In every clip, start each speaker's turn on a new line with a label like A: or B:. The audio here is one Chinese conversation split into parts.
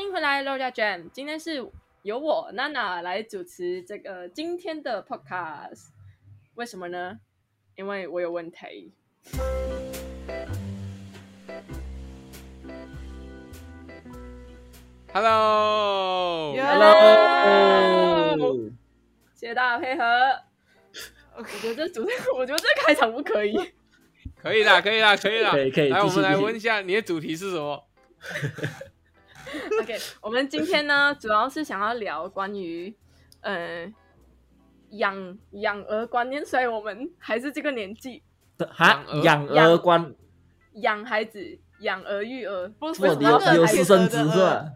A: 迎回来 Loja Jam，今天是由我娜娜来主持这个今天的 podcast。为什么呢？因为我有问题。
B: Hello，
A: Hello 谢谢大家配合。我觉得这主，我觉得这开场不可以。
B: 可以啦，可以啦，可以啦，
C: 可以可以
B: 来，我
C: 继续
B: 们来
C: 继续
B: 问一下你的主题是什么？
A: OK，我们今天呢，主要是想要聊关于呃养养儿观念，所以我们还是这个年纪
C: 哈
B: 养鹅
C: 养
A: 养
C: 鹅观，
A: 养孩子、养儿育儿，不
C: 我
A: 是
C: 有
A: 要
C: 有有
A: 孩
C: 私
A: 子
C: 生子是吧？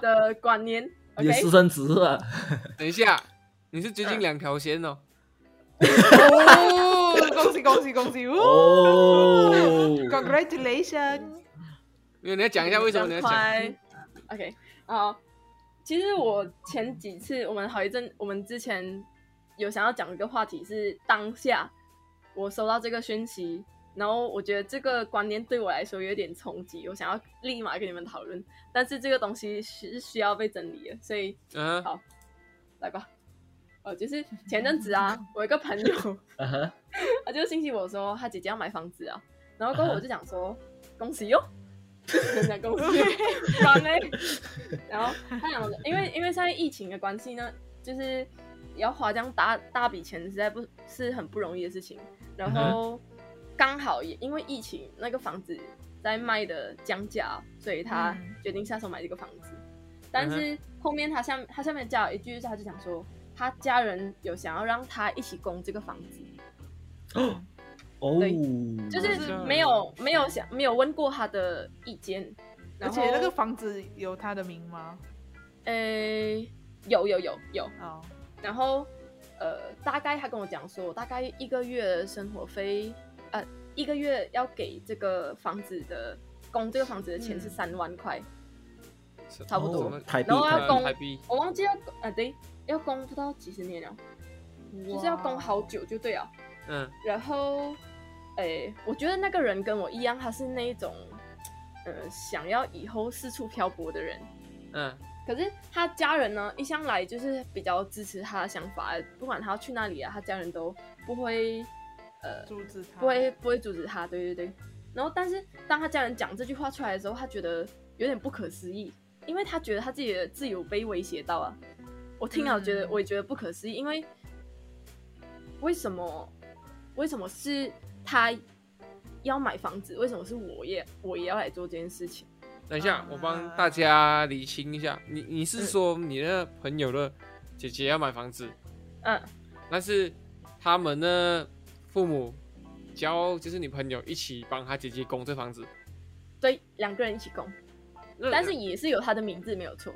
A: 的观念。
C: 有
A: OK，
C: 私生子是吧？
B: 等一下，你是最近两条线哦。
D: 哦，恭喜恭喜恭喜！ 哦
C: 哦，
D: ，Congratulations！
B: 没有，你要讲一下为什么你要讲？
A: 快 OK，好，其实我前几次我们好一阵，我们之前有想要讲一个话题是当下我收到这个讯息，然后我觉得这个观念对我来说有点冲击，我想要立马跟你们讨论，但是这个东西是需要被整理的，所以
B: 嗯
A: 好，来吧。哦，就是前阵子啊，我有一个朋友，
C: 啊哈，
A: 他就信息我说他姐姐要买房子啊，然后跟我就讲说、恭喜哟， 真的恭 喜哟，完嘞。然后他讲，因为因为现在疫情的关系呢，就是要花这样大大笔钱，实在不是很不容易的事情。然后刚好也因为疫情，那个房子在卖的降价，所以他
D: 嗯
A: 决定下手买这个房子。但
B: 嗯哼
A: 是后面他下他下面加了一句，就是他就讲说，他家人有想要让他一起供这个房子，
C: 哦，
A: 对就是
B: 好像
A: 没有没有想没有问过他的意见，
D: 而
A: 然后
D: 且那个房子有他的名吗？
A: 呃有有有有，
D: 哦，
A: 然后呃大概他跟我讲说，大概一个月的生活费，呃一个月要给这个房子的供这个房子的钱是
D: 嗯
A: 三万块，差
B: 差
A: 不多
C: 台币
A: 然后要供
B: 台币，
A: 我忘记要呃对要供不到几十年了，就是要供好久就对了。
B: 嗯，
A: 然后，诶，我觉得那个人跟我一样，他是那一种，呃，想要以后四处漂泊的人。
B: 嗯
A: 可是他家人呢，一向来就是比较支持他的想法，不管他要去哪里啊，他家人都不会，呃，
D: 阻止他，
A: 不会不会阻止他。对对对。然后，但是当他家人讲这句话出来的时候，他觉得有点不可思议，因为他觉得他自己的自由被威胁到啊。我听了，我觉得
D: 嗯
A: 我也觉得不可思议，因为为什么为什么是他要买房子，为什么是我也我也要来做这件事情？
B: 等一下
D: 啊，
B: 我帮大家理清一下。你你是
A: 嗯
B: 说你的朋友的姐姐要买房子，
A: 嗯，
B: 但是他们呢父母教就是你朋友一起帮他姐姐供这房子，
A: 对，两个人一起供，
B: 那嗯
A: 但是也是有他的名字没有错。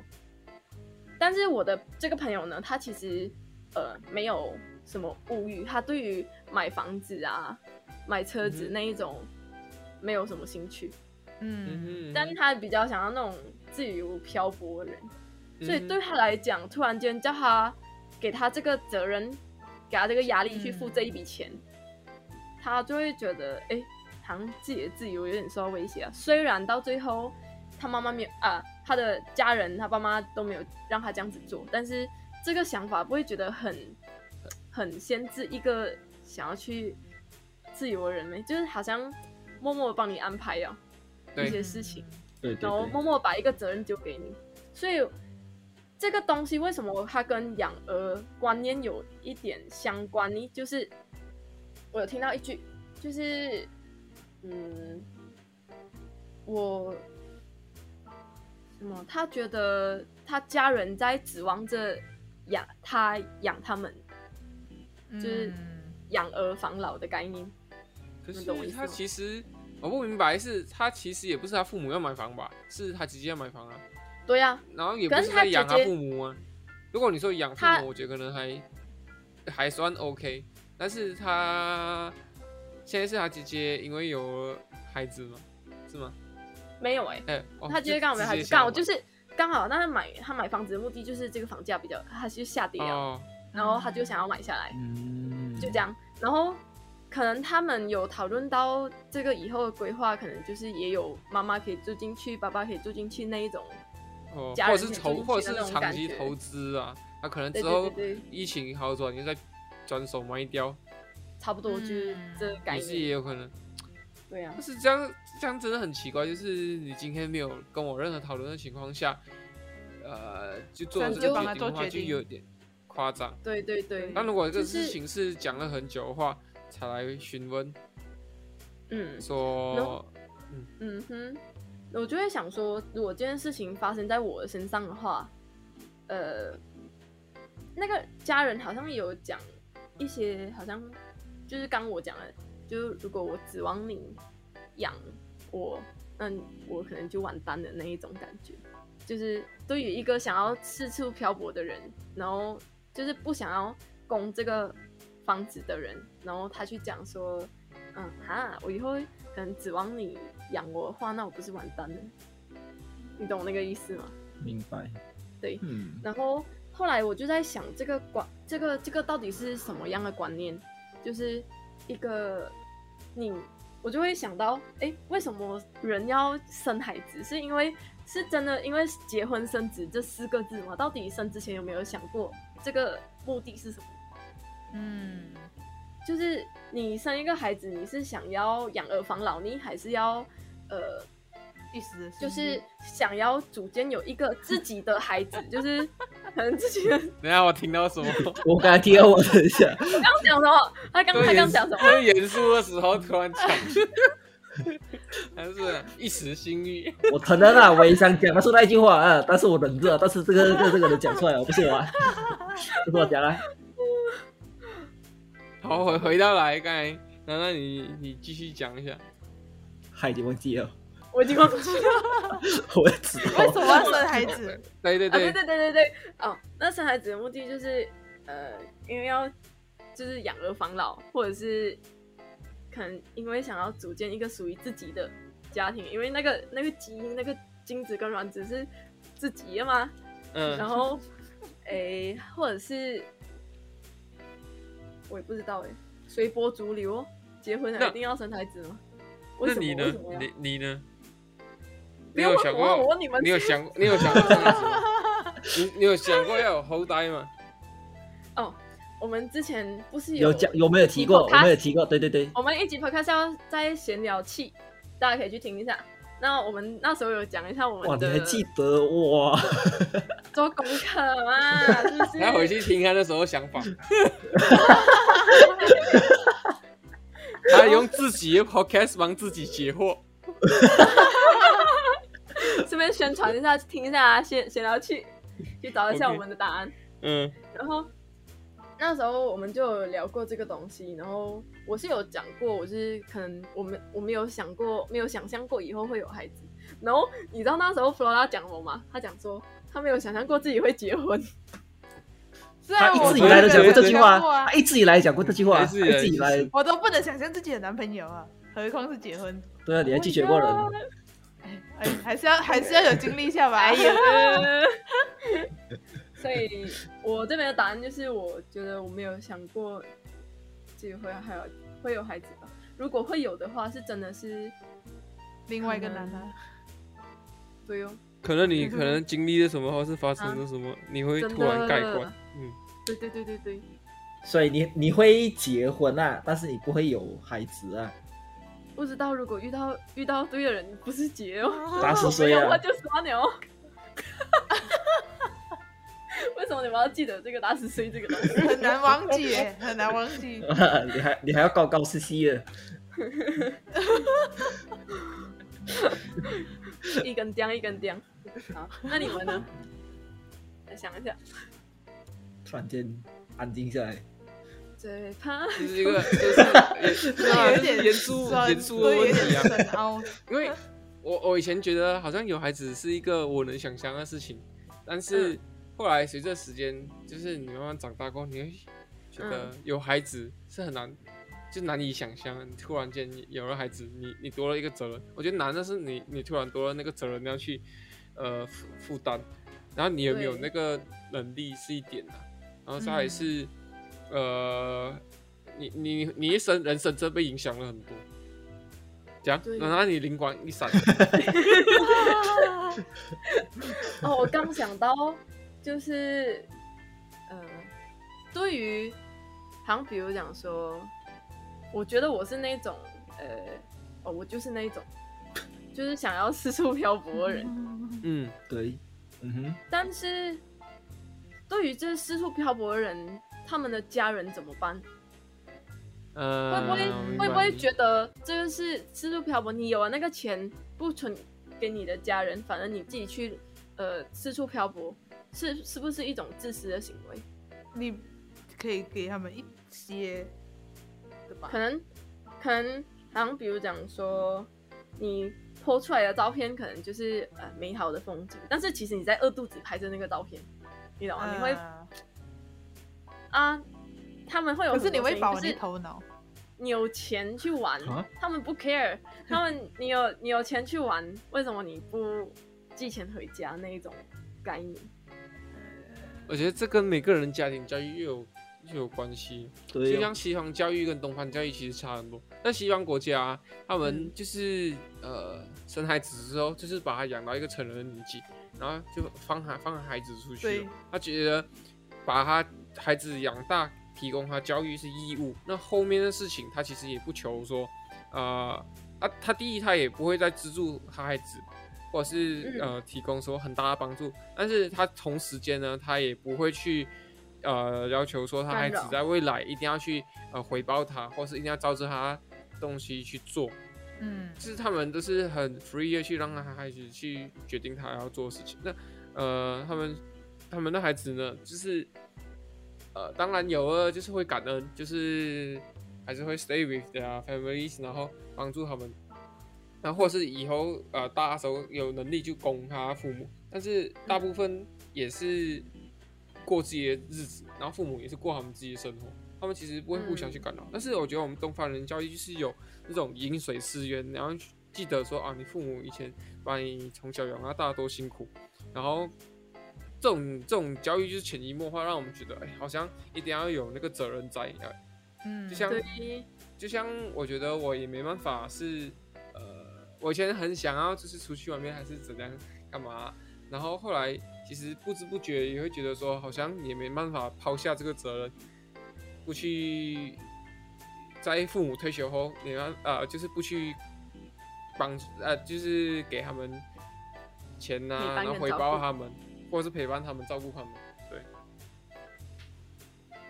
A: 但是我的这个朋友呢，他其实呃没有什么物欲，他对于买房子啊、买车子
B: 嗯哼
A: 那一种没有什么兴趣，
D: 嗯，
B: 嗯哼，
A: 但他比较想要那种自由漂泊的人。
B: 嗯
A: 所以对他来讲，突然间叫他给他这个责任，给他这个压力去付这一笔钱，他就会觉得，哎，好像自己的自由有点受到威胁啊。虽然到最后，他妈妈没有啊、他的家人、他爸妈都没有让他这样子做，但是这个想法不会觉得很呃很限制一个想要去自由的人没，就是好像默默地帮你安排啊
B: 对
A: 一些事情。
C: 对对
A: 然后
C: 对，
A: 默默把一个责任丢给你。所以这个东西为什么它跟养儿观念有一点相关呢？就是嗯我有听到一句，就是嗯，我什么？他觉得他家人在指望着养他养他们
D: 嗯，
A: 就是养儿防老的概念。
B: 可是
A: 你懂我意思吗
B: 他其实我不明白，是他其实也不是他父母要买房吧，是他姐姐要买房啊，
A: 对呀、
B: 然后也不
A: 可
B: 是
A: 是他
B: 在养他
A: 姐姐
B: 父母啊。如果你说养父
A: 他
B: 母，我觉得可能还还算 OK，但是他现在是他姐姐，因为有了孩子嘛，是吗？
A: 没有哎、
B: 哎、哦
A: 他就
B: 接
A: 是刚好没有孩
B: 直
A: 子，
B: 接
A: 刚好就
B: 想
A: 是刚好，那他买他买房子的目的就是这个房价比较，他就下跌
B: 要买
A: 了，
B: 哦，
A: 然后他就想要买下来，
C: 嗯，
A: 就这样。然后可能他们有讨论到这个以后的规划，可能就是也有妈妈可以住进去，爸爸可以住进去那一种
B: 哦，
A: 家
B: 或
A: 人
B: 者
A: 可
B: 是
A: 以
B: 投，
A: 进
B: 或
A: 去
B: 者
A: 的
B: 是
A: 那种
B: 长
A: 感
B: 期
A: 觉
B: 投资啊，他可能
A: 对
B: 之
A: 对
B: 后
A: 对对
B: 疫情好转，你再转手卖掉，
A: 差不多就是这个概
B: 也是也嗯
A: 念。
B: 有可能。
A: 对啊
B: 但，是这样这样真的很奇怪，就是你今天没有跟我任何讨论的情况下，呃，就做了
A: 但就
B: 这个
A: 帮
B: 决
D: 他
B: 定
D: 做
B: 的话，
D: 决
B: 就
D: 定
B: 有点夸张。
A: 对对对，
B: 但如果这
A: 就
B: 个
A: 是
B: 事情是讲了很久的话，才来询问
A: 嗯
B: 说，
A: 嗯哼，我就会想说，如果这件事情发生在我的身上的话，呃，那个家人好像也有讲一些，好像就是刚我讲的，就是如果我指望你养我，那我可能就完蛋的那一种感觉，就是对于一个想要四处漂泊的人，然后就是不想要供这个房子的人，然后他去讲说，嗯哈，我以后可能指望你养我的话，那我不是完蛋了？你懂那个意思吗？
C: 明白。
A: 对
C: 嗯，
A: 然后后来我就在想，这个观，这个这个到底是什么样的观念？就是一个你，我就会想到，哎，为什么人要生孩子？是因为是真的因为结婚生子这四个字吗？到底生之前有没有想过这个目的是什么？
D: 嗯
A: 就是你生一个孩子，你是想要养儿防老呢，还是要呃
D: 一时的
A: 就
D: 幸
A: 是
D: 运
A: 想要组建有一个自己的孩 子，就是可能自己的。
B: 等一下我听到什么？
C: 我刚才听到我等 一下，
A: 刚讲什么？ 他刚他刚讲什么？
B: 么？严肃的时候突然讲，但是一时心欲。
C: 我承认啊，我也想讲，他说那一句话啊，但是我忍住了，但是这个这个这个人讲出来了，不是我、啊， 不是我讲啊，
B: 好，回回到来刚才，楠楠你你继续讲一下。
C: 嗨，已经忘记了，
A: 我已经忘记了。
C: 我的指
D: 为
C: 头
D: 什么要生孩子？
B: 对对
A: 啊，对
B: 对，
A: 对对对对，哦，那生孩子的目的就是呃，因为要就是养儿防老，或者是可能因为想要组建一个属于自己的家庭，因为那个那个基因、那个精子跟卵子是自己的嘛，然
B: 嗯，
A: 后，诶、或者是我也不知道诶、随波逐流哦。结婚了
B: 那
A: 一定要生孩子吗？为
B: 那
A: 什么？
B: 你呢
A: 为什么？要
B: 你你呢？
A: 不
B: 你
A: 要
B: 有
A: 问
B: 想
A: 我啊我
B: 过
A: 问你们？
B: 你 有想你有想过这样子吗？你你有想过要有后代吗？
A: 哦，我们之前不是
C: 有讲有没有提过？
A: 一
C: 我
A: 集 podcast-
C: 没有提过，对对对，
A: 我们一集 podcast 要在闲聊气，大家可以去听一下。那我们那时候有讲一下我
C: 哇，
A: 们
C: 你
A: 的
C: 还记得哇？
A: 做功课嘛，是 不是？
B: 你要回去听他那时 候想法。他用自己的 podcast 帮自己解惑。
A: 顺便宣传一下，听一下啊闲闲聊气，去找一下
B: OK
A: 我们的答案。
B: 嗯
A: 然后那时候我们就有聊过这个东西，然后我是有讲过，我是可能我们我没有想过，没有想象过以后会有孩子。然后你知道那时候弗罗拉讲我吗？他讲说他没有想象过自己会结婚，
D: 虽
C: 他
D: 然
C: 一
D: 我
C: 直以
B: 觉
C: 来都
B: 得
C: 讲过这句话，
D: 我都没有想过啊
C: 他一直以来讲过这句话，
B: 一
C: 一
B: 直以来
C: 直以来，
D: 我都不能想象自己有男朋友啊，何况是结婚？
C: 对啊，你还拒绝过人，
A: Oh
D: 哎，哎还是要还是要有经历一下吧。哎呀，
A: 呃， 所以我这边的答案就是，我觉得我没有想过自己会还有会有孩子吧。如果会有的话，是真的是
D: 另外一个男的，
A: 对哦，
B: 可能你可能经历了什么，或是发生了什么，你会
A: 啊真的
B: 突然改 观。嗯，
A: 对对对对对，
C: 所以你你会结婚啊，但是你不会有孩子啊，
A: 不知道如果遇到遇到对的人，不是结哦。
C: 八十
A: 没
C: 岁
A: 有我
C: 啊，
A: 就刷牛。 为什么你们要记得这个打死谁这个东西？
D: 很难忘记耶，很难忘记。
C: 你还你还要高高细细的，
A: 一根钉一根钉。好，那你们呢？来想一下，
C: 突然间安静下来，
A: 最怕
B: 这是一 个就是 也啊
D: 有
B: 这
D: 点
B: 是严肃
D: 酸
B: 严肃的问
D: 对有
B: 题
D: 点
B: 啊。
D: 深奥。
B: 因为我我以前觉得好像有孩子是一个我能想象的事情，但是后来随着时间，就是你慢慢长大过后，你会觉得有孩子是很难，就难以想象。突然间有了孩子，你你多了一个责任，我觉得难的是你你突然多了那个责任要去呃负负担，然后你有没有
A: 对
B: 那个能力是一点啊，然后再来
D: 嗯
B: 是、呃，你你你一生人生真被影响了很多。这样
A: 对，
B: 然后你灵光一 闪，
A: 哦，我刚想到，就是呃，对于，好像比如讲说，我觉得我是那种呃，哦，我就是那种，就是想要四处漂泊的人。
B: 嗯，
C: 对，嗯哼，
A: 但是对于这四处漂泊的人，他们的家人怎么办？会
B: 呃，
A: 不会、
B: 我明白
A: 会不会
B: 你
A: 觉得这就是四处漂泊？你有了啊那个钱不存给你的家人，反正你自己去呃四处漂泊，是是不是一种自私的行为？
D: 你可以给他们一些，对吧
A: 可？能可能好像比如讲说你。剖出来的照片可能就是呃美好的风景，但是其实你在饿肚子拍着那个照片，你懂吗？你会
D: 啊
A: 啊，他们会有
D: 可是
A: 很
D: 你
A: 多声
D: 会
A: 音
D: 保
A: 就
D: 你
A: 是
D: 头脑，
A: 你有钱去玩
C: 啊，
A: 他们不 care，他们你有你有钱去玩，为什么你不寄钱回家那一种概念？
B: 我觉得这跟每个人家庭教育又有又有关系。就
C: 对哦
B: 像，西方教育跟东方教育其实差很多。在西方国家、他们就是、呃生孩子之后，就是把他养到一个成人的年纪，然后就放他放孩子出去
D: 对
B: 了。他觉得把他孩子养大，提供他教育是义务。那后面的事情，他其实也不求说，呃，啊，他第一他也不会再资助他孩子，或者是
A: 嗯
B: 呃提供说很大的帮助，但是他同时间呢，他也不会去呃要求说他孩子
A: 干扰
B: 在未来一定要去呃回报他，或是一定要照着他东西去做，
D: 嗯，
B: 就是他们都是很 free 的去让他孩子去决定他要做的事情。那呃，他们他们的孩子呢，就是呃，当然有了，就是会感恩，就是还是会 stay with their families，然后帮助他们，然后或是以后呃大的时候有能力就供他父母，但是大部分也是过自己的日子，然后父母也是过他们自己的生活。他们其实不会互相去干扰，但是我觉得我们东方人教育就是有那种饮水思源，然后记得说啊，你父母以前把你从小养到大多辛苦，然后这种这种教育就是潜移默化，让我们觉得哎、好像一定要有那个责任在，呃
D: 嗯，
B: 就像
A: 对，
B: 就像我觉得我也没办法是，呃，我以前很想要就是出去外面还是怎样干嘛，然后后来其实不知不觉也会觉得说好像也没办法抛下这个责任，不去在父母退休后，你要呃就是不去帮呃就是给他们钱呐、
A: 陪伴
B: 然后
A: 跟
B: 回
A: 照
B: 报
A: 顾
B: 他们，或者是陪伴他们照顾他们，对，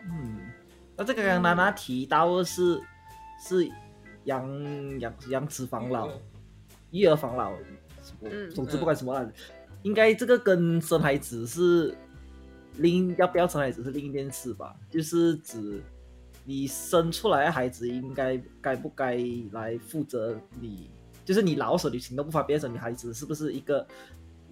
C: 嗯，那这个刚刚娜娜提到的是是养养养子防老，育儿防老，我
A: 嗯
C: 总之
B: 嗯
C: 不管什么案，应该这个跟生孩子是另要不要生孩子是另一件事吧？就是指你生出来的孩子应该该不该来负责你，就是你老的时候你行动不方便的时候，你孩子是不是一个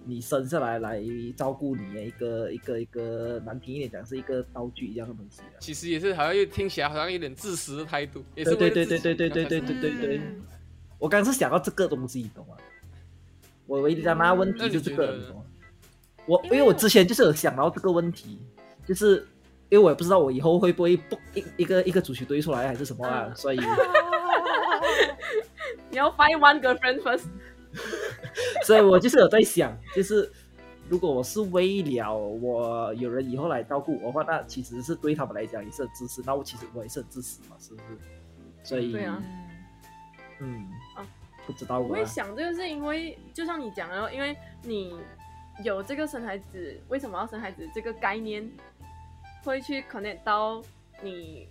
C: 你生下来来照顾你的一个一个一个难听一点讲是一个道具一样的东西、啊。
B: 其实也是好像又听起来好像有点自私的态度，也是为
C: 对对
B: 了
C: 对
B: 自己
C: 对
B: 然后才
C: 对对对对
B: 是
C: 对对对
D: 嗯，
C: 我刚是想到这个东西，你懂吗？我唯一的那问
B: 嗯那
C: 题
B: 你
C: 就这
B: 觉
C: 个，
B: 得
C: 你懂吗？我因
A: 因为
C: 为我之前就是有想到这个问题，就是因为我也不知道我以后会不会不一一个一个足球队出来还是什么啊，
A: 嗯
C: 所以
A: 你要 find one girlfriend first，
C: 所以我就是有在想，就是如果我是为了我有人以后来照顾我的话，那其实是对他们来讲也是很自私，那我其实我也是很自私嘛，是不是？所以，
A: 对啊
D: 嗯
C: 嗯
A: 啊，
C: 不知道
A: 我
C: 我、
A: 会
C: 啊，
A: 想这个是因为就像你讲的哦，因为你有这个生孩子，为什么要生孩子这个概念，会去 connect 到你，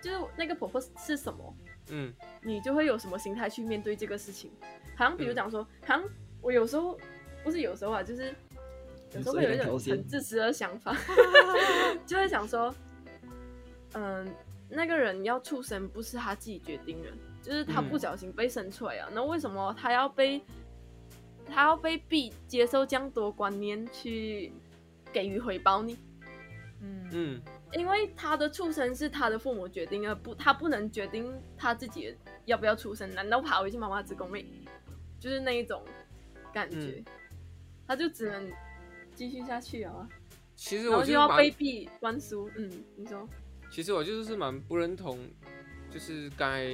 A: 就是那个 purpose 是什么？
B: 嗯
A: 你就会有什么心态去面对这个事情。好像比如讲说，好像我有时候不是有时候啊，就是有时候会有一
C: 你
A: 种
C: 说一两条
A: 很
C: 线
A: 自私的想法， 就会想说，嗯、那个人要出生不是他自己决定的，就是他
B: 嗯
A: 不小心被生出来啊，那为什么他要被他要被逼接受这样多观念去给予回报呢？
D: 嗯
B: 嗯
A: 因为他的出生是他的父母决定的，不，他不能决定他自己要不要出生。难道爬回去妈妈子宫妹，就是那一种感觉，他就只能继续下去啊，
B: 其实
A: 然后
B: 我
A: 就
B: 就
A: 要
B: 蛮
A: 被逼关书。嗯，你说，
B: 其实我就是蛮不认同，就是该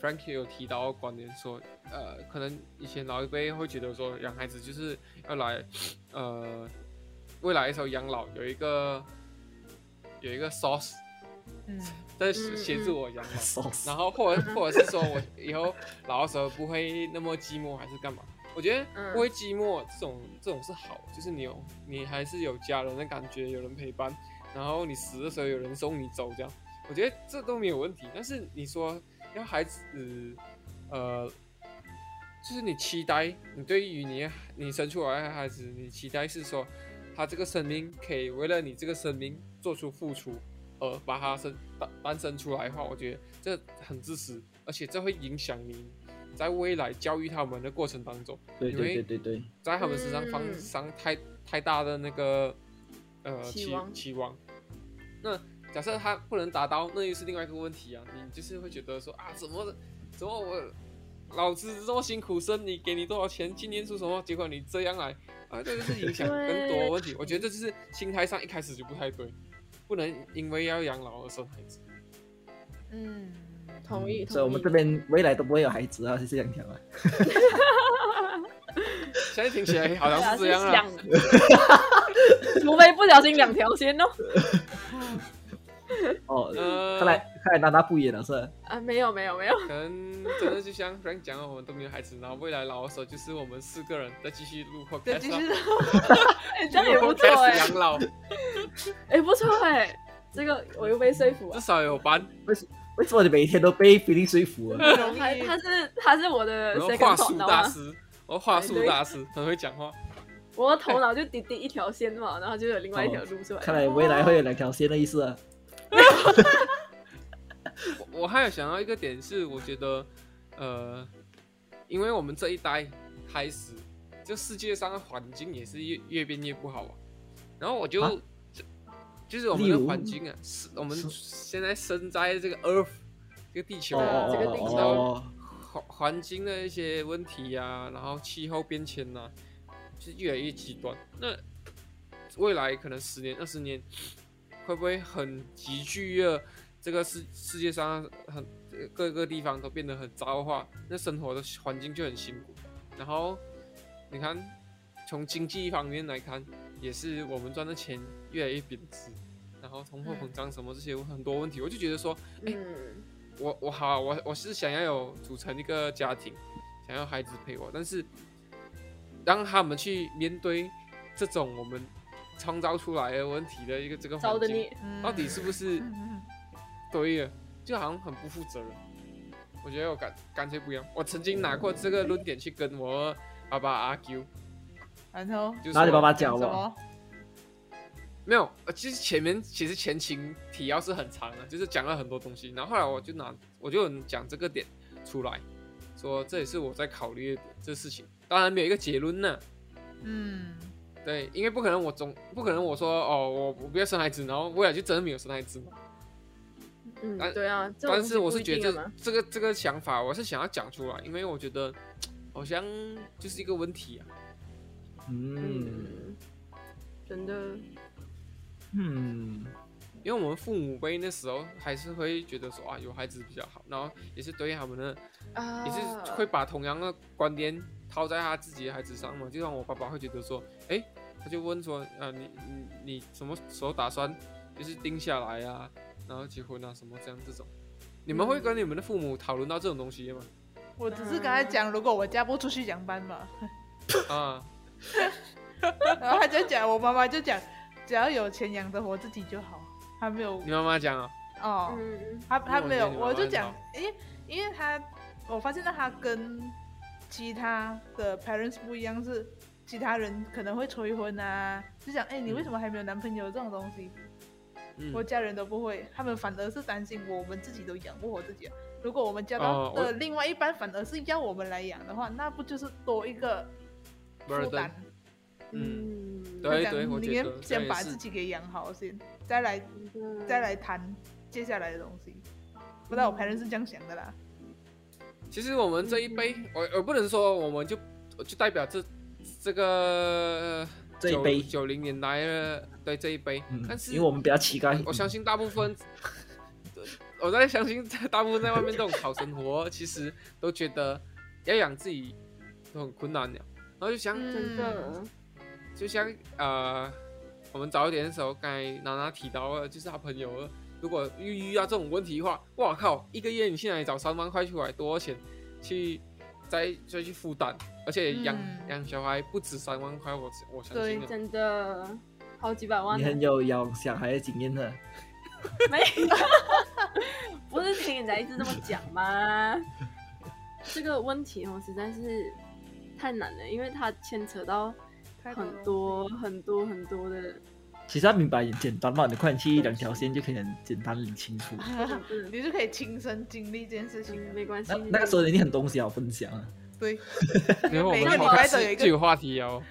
B: Frank 也有提到观点说，呃，可能以前老一辈会觉得说，养孩子就是要来，呃，未来的时候养老有一个有一个 source
D: 嗯，
B: 在
A: 嗯
B: 协助我养老，
C: 烧死
B: 然后或者或者是说我以后老的时候不会那么寂寞，还是干嘛？我觉得
A: 嗯
B: 不会寂寞这种这种是好，就是你有你还是有家人的感觉，有人陪伴，然后你死的时候有人送你走，这样我觉得这都没有问题。但是你说要孩子，呃，就是你期待你对于你你生出来的孩子，你期待是说他这个生命可以为了你这个生命做出付出，而把他生诞诞生出来的话，我觉得这很自私，而且这会影响你在未来教育他们的过程当中，
C: 对
B: 因为
C: 对对对对，
B: 在他们身上放
A: 嗯
B: 上太太大的那个呃
A: 期
B: 期
A: 望
B: 期望。那假设他不能达到，那又是另外一个问题啊！你就是会觉得说啊，怎么怎么我老子这么辛苦生你，给你多少钱去念书什么，结果你这样来啊，这就是影响
A: 对
B: 更多问题。我觉得这就是心态上一开始就不太对，不能因为要养老而生孩子。
D: 嗯，
A: 同意。
C: 所以我们这
A: 同意
C: 边未来都不会有孩子啊，是这样讲啊。
B: 现在听起来好像是这样
A: 对
B: 啊
A: 啊，，是想 除非不小心两条线哦。
C: 哦，
B: 呃
C: 看来看来娜娜不演了是吧？
A: 啊，没有没有没有，
B: 可能真的就像 Frank 讲的，我们都没有孩子，然后未来老的时候就是我们四个人再继续录 podcast，
D: 对，
B: 啊
D: 继续，
A: 哎，这样也
B: 录
A: 不错哎
B: podcast，养老，至
A: 哎不错哎，这个我又被说服啊了。
B: 少有班，
C: 为什么你每天都被菲力说服啊？
D: 很容
A: 他
D: 易，
A: 他是他是我的
B: 然后
A: second 啊
B: 话术
A: thought
B: 大
A: 吗？
B: 师，我话术大师，很会讲话。
A: 我的头脑就滴滴一条线嘛， 然后就有另外一条路出来。
C: 哦看
B: 嗯
C: 来未来会有两条线的意思啊。
B: 我我还有想到一个点是，我觉得，呃，因为我们这一代开始，就世界上的环境也是越越变越不好啊。然后我就、
C: 啊
B: 就就是我们的
C: 例如
B: 环境啊，是我们
C: 是
B: 现在身在这个 Earth 这个地球
C: 哦
B: 啊，
A: 呃
C: 哦
A: 这个地
C: 哦
A: 球
C: 哦哦，
B: 环环境的一些问题呀、然后气候变迁呐、就越来越极端。那未来可能十年、二十年，会不会很急剧的这个世世界上很呃各个地方都变得很糟的话，那生活的环境就很辛苦。然后你看，从经济方面来看，也是我们赚的钱越来越贬值，然后通货膨胀什么这些很多问题，我就觉得说，哎、
A: 嗯，
B: 我我好啊，我我是想要有组成一个家庭，想要孩子陪我，但是让他们去面对这种我们创造出来的问题的一个这个
A: 招
B: 环
A: 的
B: 境，
A: 你，
D: 嗯
B: 到底是不是
D: 嗯嗯
B: 对的？就好像很不负责任。我觉得我干干脆不一样。我曾经拿过这个论点去跟我爸爸 argue，
D: 然后
B: 就是
C: 然后你爸爸
D: 讲
C: 讲
D: 什
C: 我，
D: 么？
B: 没有，呃，其实前面其实前情提要是很长的，就是讲了很多东西，然后后来我就拿我就有讲这个点出来，说这也是我在考虑的这事情，当然没有一个结论呢、
D: 嗯，
B: 对，因为不可能我总不可能我说哦我我不要生孩子，然后未来就真的没有生孩子嘛。
A: 嗯，
B: 但
A: 对啊，这种
B: 但是我是
A: 东西
B: 觉
A: 不一
B: 得
A: 定的嘛
B: 这这个这个想法我是想要讲出来，因为我觉得好像就是一个问题啊。
C: 嗯
A: 嗯，真的，
C: 嗯，
B: 因为我们父母辈那时候还是会觉得说啊有孩子比较好，然后也是对他们的
A: 啊，
B: 也是会把同样的观点套在他自己的孩子上嘛。就像我爸爸会觉得说，诶，他就问说，啊，你你你什么时候打算就是定下来啊，然后结婚啊什么这样这种。你们会跟你们的父母讨论到这种东西吗？
D: 我只是跟他讲，如果我嫁不出去养班 嘛，
B: 啊，
D: 然后他就讲，我妈妈就讲，只要有钱养得活自己就好，他没有
B: 你妈妈讲啊，
D: 哦。
A: 嗯，
D: 他他
B: 我
D: 没有，
B: 觉得你妈
D: 我
B: 妈
D: 就
B: 很
D: 讲
B: 好，
D: 因为因为他，我发现到他跟其他的 parents 不一样，是其他人可能会催婚啊，就讲，哎、你为什么还没有男朋友这种东西，
B: 嗯，
D: 我家人都不会，他们反而是担心我们自己都养不活自己啊。如果我们交
B: 哦
D: 到
B: 我
D: 的另外一半反而是要我们来养的话，那不就是多一个负
B: Burden
D: 担？
B: 嗯，
A: 嗯，
B: 对
D: 他讲
B: 我
D: 宁
B: 觉
D: 愿
B: 得这样
D: 先
B: 也
D: 把
B: 是
D: 自己给养好先，再来再来谈接下来的东西。不知道我 parents 是这样想的啦。
B: 其实我们这一辈，我我不能说我们就就代表这这个
C: 这一辈
B: 九零年代的对这一辈，
C: 嗯
B: 但，是啊
C: 因为我们比较乞丐，
B: 我相信大部分，我在相信，大部分在外面这种讨生活，其实都觉得要养自己都很困难了，然后就想，
D: 嗯
A: 真的，
B: 就像呃，我们早一点的时候，刚才娜娜提到了，就是她朋友如果遇遇到这种问题的话，哇靠，一个月你去哪里找三万块出来，多少钱去再再去负担，而且养、
D: 嗯
B: 养小孩不止三万块，我我相信啊。
A: 真的好几百万
C: 你
A: 呢，
C: 很有养小孩的经验啊的。
A: 没有， 不是听人家一直这么讲 吗？这个问题哦，实在是太难了，因为它牵扯到
D: 太
A: 很
D: 多
A: 多很多很多的，
C: 其实他明白也简单嘛，你快点去一两条线就可以很简单理清楚。
D: 了， 你就可以亲身经历这件事情
A: 嗯
D: 了。
A: 没关系
C: 那，那个时候你一定很东西好分享啊，
D: 对
B: 然后我
D: 每
B: 们
D: 个礼
B: 好开
D: 拜都有
B: 始
D: 一
B: 就
D: 个
B: 有话题哦，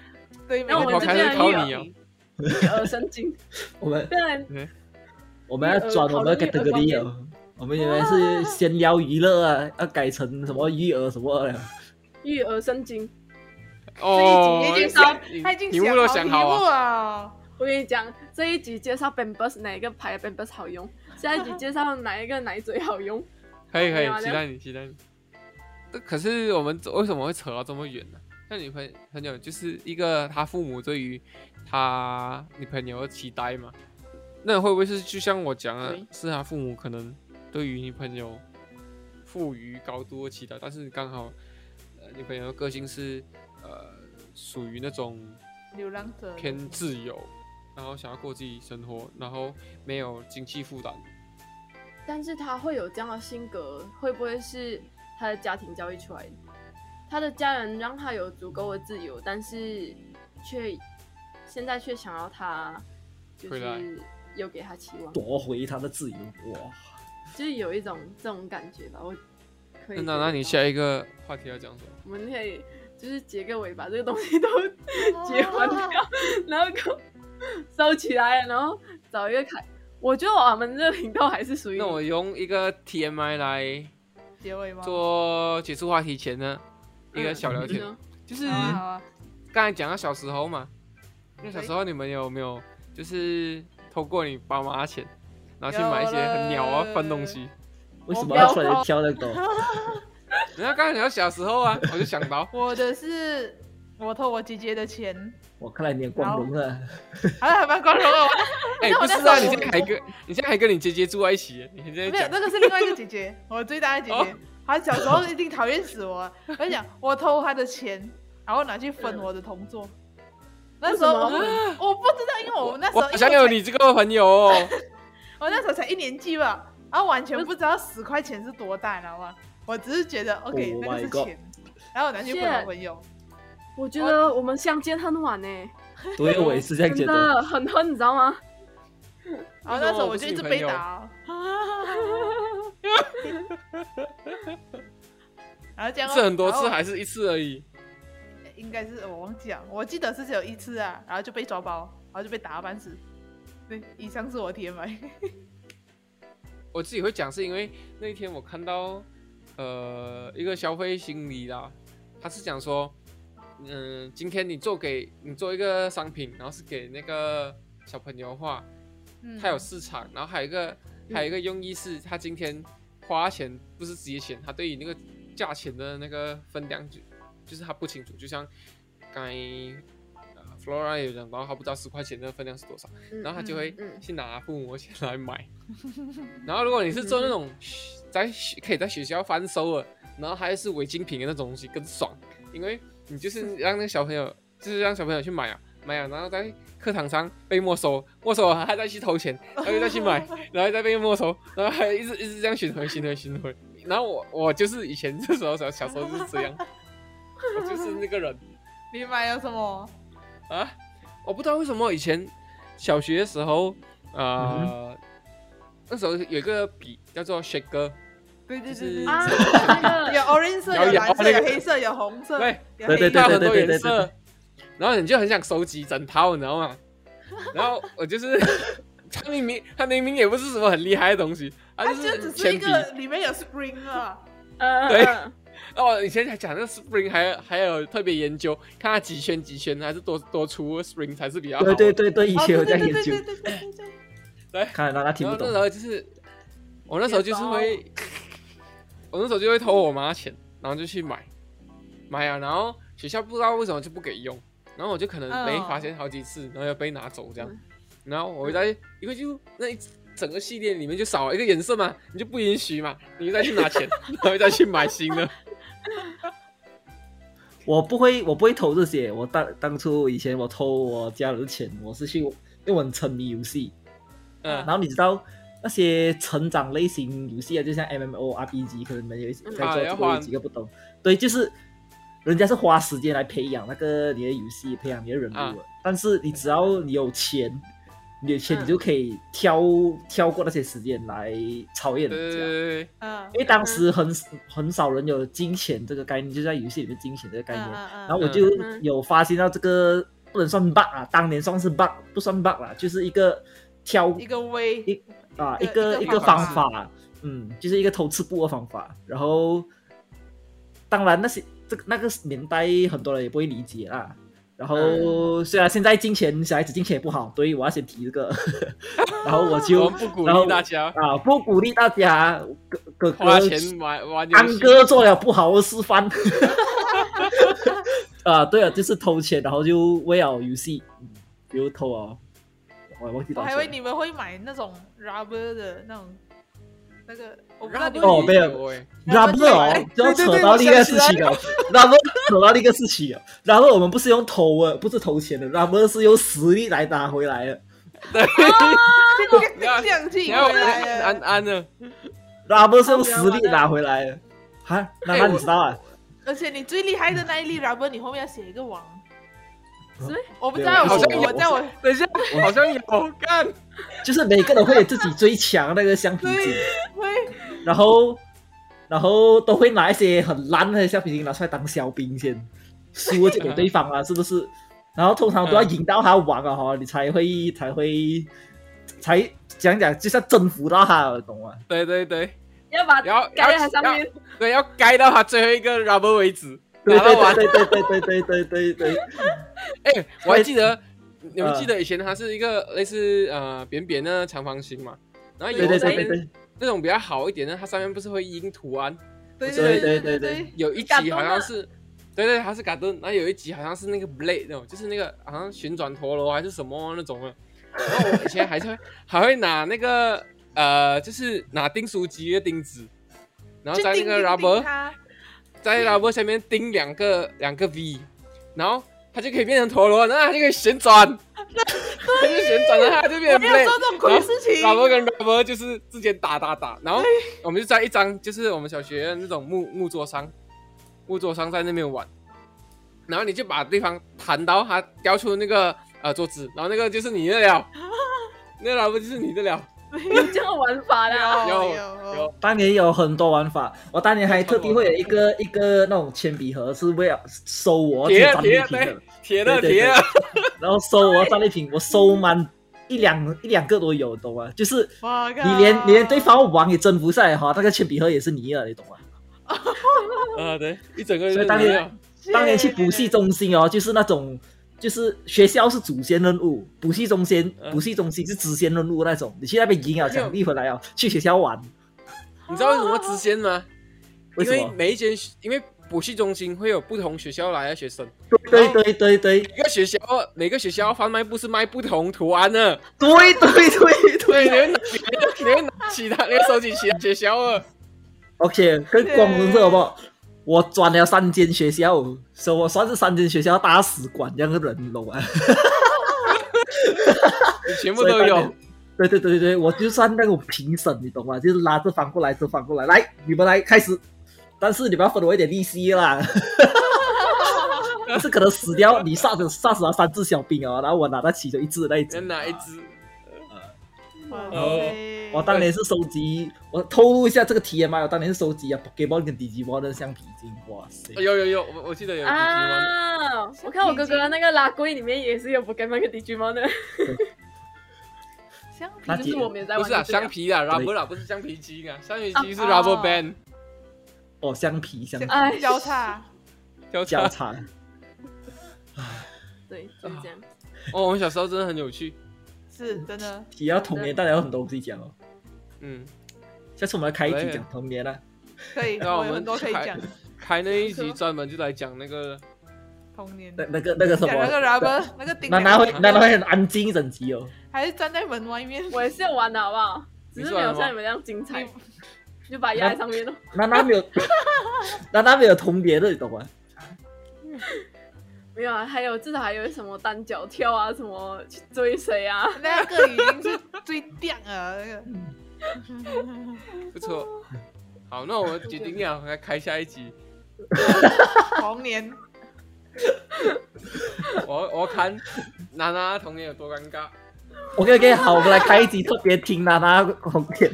D: 对，每
A: 那
D: 个
A: 我们
D: 礼
B: 我
A: 这
D: 拜
B: 开
A: 边
B: 始考
A: 有
B: 你哦，
A: 耳神经，
C: 我们
A: 不然
C: 我们要转我们
D: 呃
C: 的
A: 育儿讨论育
C: category
A: 儿
C: 哦，我们原来是闲聊娱乐啊，要改成什么育儿什么了。
A: 育儿圣经。
B: 哦，
D: 已经
B: 你
D: 想
B: 你
D: 他已经
B: 题目都想
D: 想好
B: 好
D: 题目
B: 啊，
D: 了，
A: 我跟你讲，这一集介绍 Bambus 哪一个牌 Bambus 好用，下一集介绍哪一个奶嘴好用。
B: 可以可以
A: 没有，啊
B: 期待你期待你。这可是我们为什么会扯到这么远呢？像你朋朋友就是一个他父母对于他女朋友的期待嘛，那会不会是就像我讲的
A: 对，
B: 是他父母可能对于女朋友赋予高度的期待，但是刚好呃女朋友的个性是呃属于那种
D: 流浪者
B: 偏自由，然后想要过自己生活，然后没有经济负担。
A: 但是他会有这样的性格，会不会是他的家庭教育出来的？他的家人让他有足够的自由，但是却现在却想要他就
B: 回来
A: 是有给他期望，
C: 夺回他的自由。啊哇，
A: 就是有一种这种感觉吧。我可以觉
B: 那
A: 得
B: 那
A: 到。
B: 那你下一个话题要讲什么？
A: 我们可以就是结个尾，把这个东西都结婚
D: 哦
A: 掉， 然后给我收起来，然后找一个凯。我觉得我们这个频道还是属于
B: 那我用一个 TMI 来
D: 结尾吗？
B: 做结束话题前呢，一个小聊
A: 嗯
B: 天，
A: 呢
B: 就是
D: 好啊好
B: 嗯
D: 啊，
B: 刚才讲到小时候嘛，那小时候你们有没有就是偷过你爸妈的钱，然后去买一些很鸟啊笨东西？
C: 为什么要突
D: 我不要
C: 然挑那个？
B: 人家刚才讲到小时候啊，我就想 到
D: 我的是我偷我姐姐的钱，
C: 我看来你很光荣啊！
D: 好了，蛮光荣的。我
B: 哎、
D: 那
B: 不
D: 我
B: 是
D: 那时候
B: 啊，你现在还跟你现在还跟你姐姐住在一起，你现在
D: 没有，
B: 讲
D: 那个是另外一个姐姐， 我最大的姐姐
B: 哦。
D: 她小时候一定讨厌死我啊，我跟你讲，我偷她的钱，然后拿去分我的同桌。那时候
A: 为
D: 我不我不知道，因为我们那时
B: 我
D: 候
B: 好像有，
D: 因为
B: 你这个朋友哦，
D: 我才我那时候才一年级吧，然后完全不知道十块钱是多大，你知道吗？我只是觉得 OK，、
C: Oh
D: 那个是
C: my god
D: 钱，然后我拿去分
A: Shit
D: 我朋友。
A: 我觉得我们相见恨晚呢、
C: 对，我也是这样
A: 真
C: 觉得。
A: 的很恨，你知道吗？
D: 然哦后那时候我就一直被
B: 为什么我不是你朋友
D: 打。 然后这样哦，
B: 是很多
D: 然后
B: 次还是一次而已？
D: 应该是哦我忘记了，我记得是只有一次啊，然后就被抓包，然后就被打到半死。对，以上是我 TMI。
B: 我自己会讲，是因为那一天我看到呃一个消费心理啦，他是讲说，嗯、今天你做给你做一个商品，然后是给那个小朋友的话，
D: 嗯
B: 它有市场，然后还有一个还有一个用意是，他今天花钱不是直接钱，他对于那个价钱的那个分量就就是他不清楚，就像刚才呃 Flora 也有讲到，他不知道十块钱的分量是多少。
A: 嗯
B: 然后他就会
A: 嗯嗯
B: 去拿父母的钱来买。 然后如果你是做那种嘘在学可以在学校翻收的，然后还是违禁品的那种东西更爽，因为你就是让那个小朋友，就是让小朋友去买啊买啊，然后在课堂上被没收，没收了还再去偷钱，然后又再去买，然后再被没收，然后还一直一直这样循环循环循环。然后我我就是以前这时候小小时候就是这样，我就是那个人。
D: 你买有什么？
B: 啊，我不知道为什么以前小学的时候，
C: 嗯
B: 呃，那时候有一个笔叫做 shaker，
D: 对对
B: 就
D: 对
B: 是
D: 对，
A: 啊，
B: 嗯
A: 那
D: 有
A: 个
D: orange 色，有
B: 摇
D: 蓝
B: 摇
D: 色，有
B: 那个
D: 黑色，有红色，
B: 对
D: 有
C: 对
D: 黑
C: 对
B: 到
D: 色。
B: 很多
C: 对对
B: 颜
C: 对
B: 色，然后你就很想收集整套，你知道吗？然后我就是，他明明他明明也不是什么很厉害的东西，他
C: 啊
D: 它
B: 就
D: 就是只是
B: 铅
D: 一
B: 笔。
D: 个里面有 spring 啊，
A: 呃，
B: 对
A: 呃
B: 哦，以前还讲那 spring 还还有特别研究，看它几圈几圈还是多多粗 spring 才是比较好的。
C: 对 对对对，以
D: 哦
C: 前有这
D: 对
C: 样
D: 对对
C: 研
D: 对
C: 究
D: 对，对对对对，
C: 看来大家听
B: 然
C: 不
B: 后那时。
C: 懂
B: 候就是我那时候就是会，我那时候就会偷我妈钱，然后就去买，买啊，然后学校不知道为什么就不给用，然后我就可能
D: 嗯
B: 被发现好几次，然后又被拿走这样
A: 嗯，
B: 然后我会在因为就那一整个系列里面就少了一个颜色嘛，你就不允许嘛，你就再去拿钱，然后再去买新的，
C: 我不会，我不会偷这些。我当当初以前我偷我家人的钱，我是去，因为我很沉迷游戏。
B: 嗯
C: 然后你知道那些成长类型游戏啊，就像 MMORPG，可能你们有
D: 嗯
C: 在
B: 啊
C: 座
B: 要
C: 这
B: 花
C: 个有几个不懂。对，就是人家是花时间来培养那个你的游戏，培养你的人物的。
B: 啊
C: 但是你只要你有钱，你有钱
A: 嗯
C: 你就可以挑、挑过那些时间来超越
B: 对对对
C: 人家。
B: 对对，
D: 嗯
C: 因为当时很很少人有金钱这个概念，就在游戏里面金钱这个概念。
D: 然
B: 嗯
C: 然后我就
D: 嗯
C: 有发现到这个不能算 bug 啊，当年算是 bug 不算 bug 啦，就是一个挑
D: 一个微
C: 一啊
D: 一
C: 一
D: 个
C: 个
D: 一
C: 一
D: 个
C: 个
D: 方
C: 方
D: 法
C: 法，嗯，就是一个偷吃布的方法。然后当然那些这个那个年代很多人也不会理解啦。然后虽然现在金钱小孩子金钱也不好，所以我要先提这个， 然后我
B: 我
C: 就
B: 们不鼓
C: 然后
B: 励大家
C: 啊不鼓励大家哥哥
B: 花
C: 哥
B: 钱玩玩游
C: 安
B: 戏，
C: 哥做了不好的示范。 啊，对了，就是偷钱，然后就为了游戏，嗯比如偷哦，我忘记
D: 我
C: 多
D: 还
C: 少
D: 以为
C: 钱了。
D: 你们会买那种 rubber 的那种那个，我不知道你们
C: 哦没有
B: 哎，
C: 然后
D: 对
C: 哦，就要
B: 对
C: 扯
B: 对
C: 到
B: 我
C: 另一个
B: 想
C: 事
B: 起来
C: 情了，然后扯到另一个事情了，然后我们不是用偷的，不是偷钱的，然后是用实力来拿回来的。
B: 对。
D: 这个这样
B: 你
D: 进
B: 看我
D: 回
B: 们
D: 来
B: 安
D: 了，
B: 安呢？
C: 然后是用实力拿回来的，哈，那那
B: 哎我
C: 你知道啊？
D: 而且你最厉害的那一粒 rubber，你后面要写一个王。
A: 是
D: 我不知
C: 嗯对
D: 道，我
C: 好像
D: 我
C: 有
D: 在我
B: 等一下，好像有干，
C: 就是每个人会有自己最强那个橡皮筋。
D: 会
C: 然后然后都会拿一些很烂的橡皮筋拿出来当小兵先，输了就给对方啊，是不是？然后通常都
B: 嗯
C: 要赢到他玩啊，哈，你才会才会才讲讲，就是要征服到他了，懂吗？
B: 对对对，
A: 要把
B: 然后
A: 啊盖在
B: 要
A: 它上
B: 要
A: 面，
B: 对，要盖到他最后一个 rubber 为止，
C: 对
B: 拿到完。
C: 对对对 对对对对对对，
B: 哎、我还记得，你
C: 嗯
B: 们记得以前它是一个类似呃扁扁的长方形嘛，然后有的
C: 对对对
B: 上
C: 对
B: 面
C: 对
B: 那种比较好一点的，它上面不是会印图案？
D: 对对
C: 对
D: 对
C: 对
D: 对
C: 对，
B: 有一集好像是，对对，它是卡顿，然后有一集好像是那个 blade 那种，就是那个好像旋转陀螺还是什么那种的。然后我以前还是会 还会拿那个呃，就是拿订书机的钉子，然后在那个 rubber。在 rubber 下面钉两个两个 V，然后它就可以变成陀螺，然后它就可以旋转，它就旋转，然后它就变
D: 我
B: 成
D: 没
B: play
D: 有做。这种鬼事情，
B: rubber 跟 rubber 就是之间打打打，然后我们就在一张就是我们小学那种木木桌上，木桌上在那边玩，然后你就把对方弹到他掉出那个呃桌子，然后那个就是你的 了，那个 rubber 就是你的了。
A: 有这样玩法啦。
D: 有
B: 有
D: 有
B: 有
C: 当年有很多玩法，我当年还特地会有一个一个那种铅笔盒，是为了收我
B: 铁
C: 战利
B: 铁
C: 品的
B: 对。铁的
C: 对对
B: 铁的，
C: 然后收我战利品，我收满一两一两个都有，懂吗？就是
D: 哇
C: 你
B: 啊
C: 连你连对方王也征服下来哈，那个铅笔盒也是你的，你懂吗？
B: 啊对，一整个就
C: 所
B: 是
C: 以当
B: 你
C: 年
B: 的。
D: 啊
C: 当年去补习中心哦，就是那种就是学校是主线任务，补习中心
B: 嗯哎
C: 补习中心是支线任务那种，你去那边赢了奖励回来哦，去学校玩，
B: 你知道为什么支线吗？
C: 为
B: 因
C: 什
B: 为
C: 么？
B: 每一间学，因为补习中心会有不同学校来的学生，
C: 对对对对对
B: 每个学校每个学校贩卖部是卖不同图案的，
C: 对对对
B: 对，
C: 对
B: 你会拿，你会拿其他，你会收集其他学校的，
C: ，OK，跟光荣社好不好？我转了三间学校，所以我算是三间学校大使馆这样的人，你懂吗？
B: 你全部都有。
C: 对对对对，我就算那种评审，你懂吗？就是拉着翻过来，这翻过来，来，你们来开始。但是你们要分我一点利 息啦，就是可能死掉你杀死杀死了三只小兵哦，然后我拿到其中一只那一只
B: 能。拿一只，
C: 我当年是收集，我透露一下这个 TMI，我当年是收集啊 Pokemon 跟 Digimon 的橡皮筋，哇塞！
B: 哦
D: 哎
B: 有有有，我我记得有 Digimon，
A: 啊！我看我哥哥那个拉柜里面也是有 Pokemon 跟 Digimon 的，
D: 橡皮
C: 那
A: 就
C: 姐
A: 是我没有在
B: 不
A: 玩。
B: 是啊，
A: 就这样
B: 橡皮啊，rubber 啦，不是橡皮筋啊，橡皮筋是 rubber band，
C: 哦，橡皮 橡皮
A: 哎
D: 交叉，
B: 交
C: 交
B: 叉。
C: 叉，
A: 对，就是这样。
B: 哦，我们小时候真的很有趣，
D: 是真的。
C: 提到童年，大家有很多东西讲哦。
B: 嗯，
C: 下次我们来开一
B: 可
C: 集
B: 以
C: 讲童年啊，
D: 可以，
B: 那我
D: 有
B: 们
D: 很多可以
B: 开
D: 讲
B: 开那一集专门就来讲那个
D: 童年，
C: 那那个那个什
D: 讲
C: 么，
D: 那个 rubber 那个钉
C: 那
D: 两
C: 那会
D: 个
C: 那那会很安静一整集哦。
D: 还是站在门外面，
A: 我也是有玩的好不好？只是没有像你们那样精彩，
D: 你
A: 就把它压在上面咯。
C: 那那没有， 那那没有重叠的，你懂吗？
A: 没有啊，还有至少还有什么单脚跳啊，什么去追谁啊，
D: 那个已经是最亮了，那个
B: 不错。好，那我们决定了，来开下一集。
D: 童年，
B: 我要我要看娜娜童年有多尴尬。
C: OK OK，好，我们来开一集特别听啦，那红点。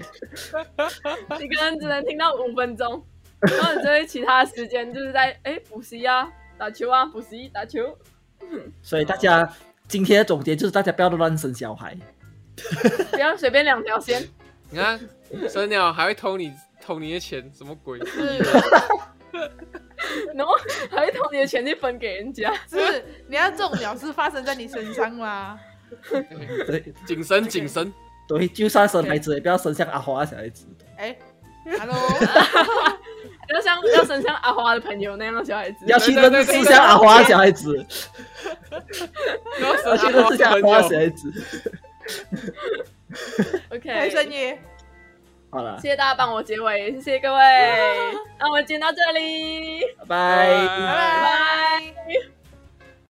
A: 一个人只能听到五分钟，然后你就会其他的时间就是在哎补习啊、打球啊、补习打球。
C: 所以大家今天的总结就是，大家不要乱生小孩。
A: 不要随便两条线。
B: 你看，生鸟还会偷你偷你的钱，什么鬼？
A: 然后还会偷你的钱去分给人家，
D: 是你要这种鸟事发生在你身上吗？
C: 对
B: 谨慎谨慎。
C: 对，就算生孩子，也不要生像阿花小孩子。
D: 哎，hello，
A: 要像要生像阿花的朋友那样的小孩子，
C: 要去认识像阿花小孩子，
B: 然后
C: 要去
B: 生
C: 认识像阿花
B: 鸟
C: 小
B: 朋友，
C: 孩子。
D: 开深
A: OK。
D: 夜，
C: 好了
A: 谢，谢大家帮我结尾，谢谢各位，那我们今天到这里，
C: 拜拜。
D: 拜
B: 啊
A: 拜
D: 拜。
A: 拜。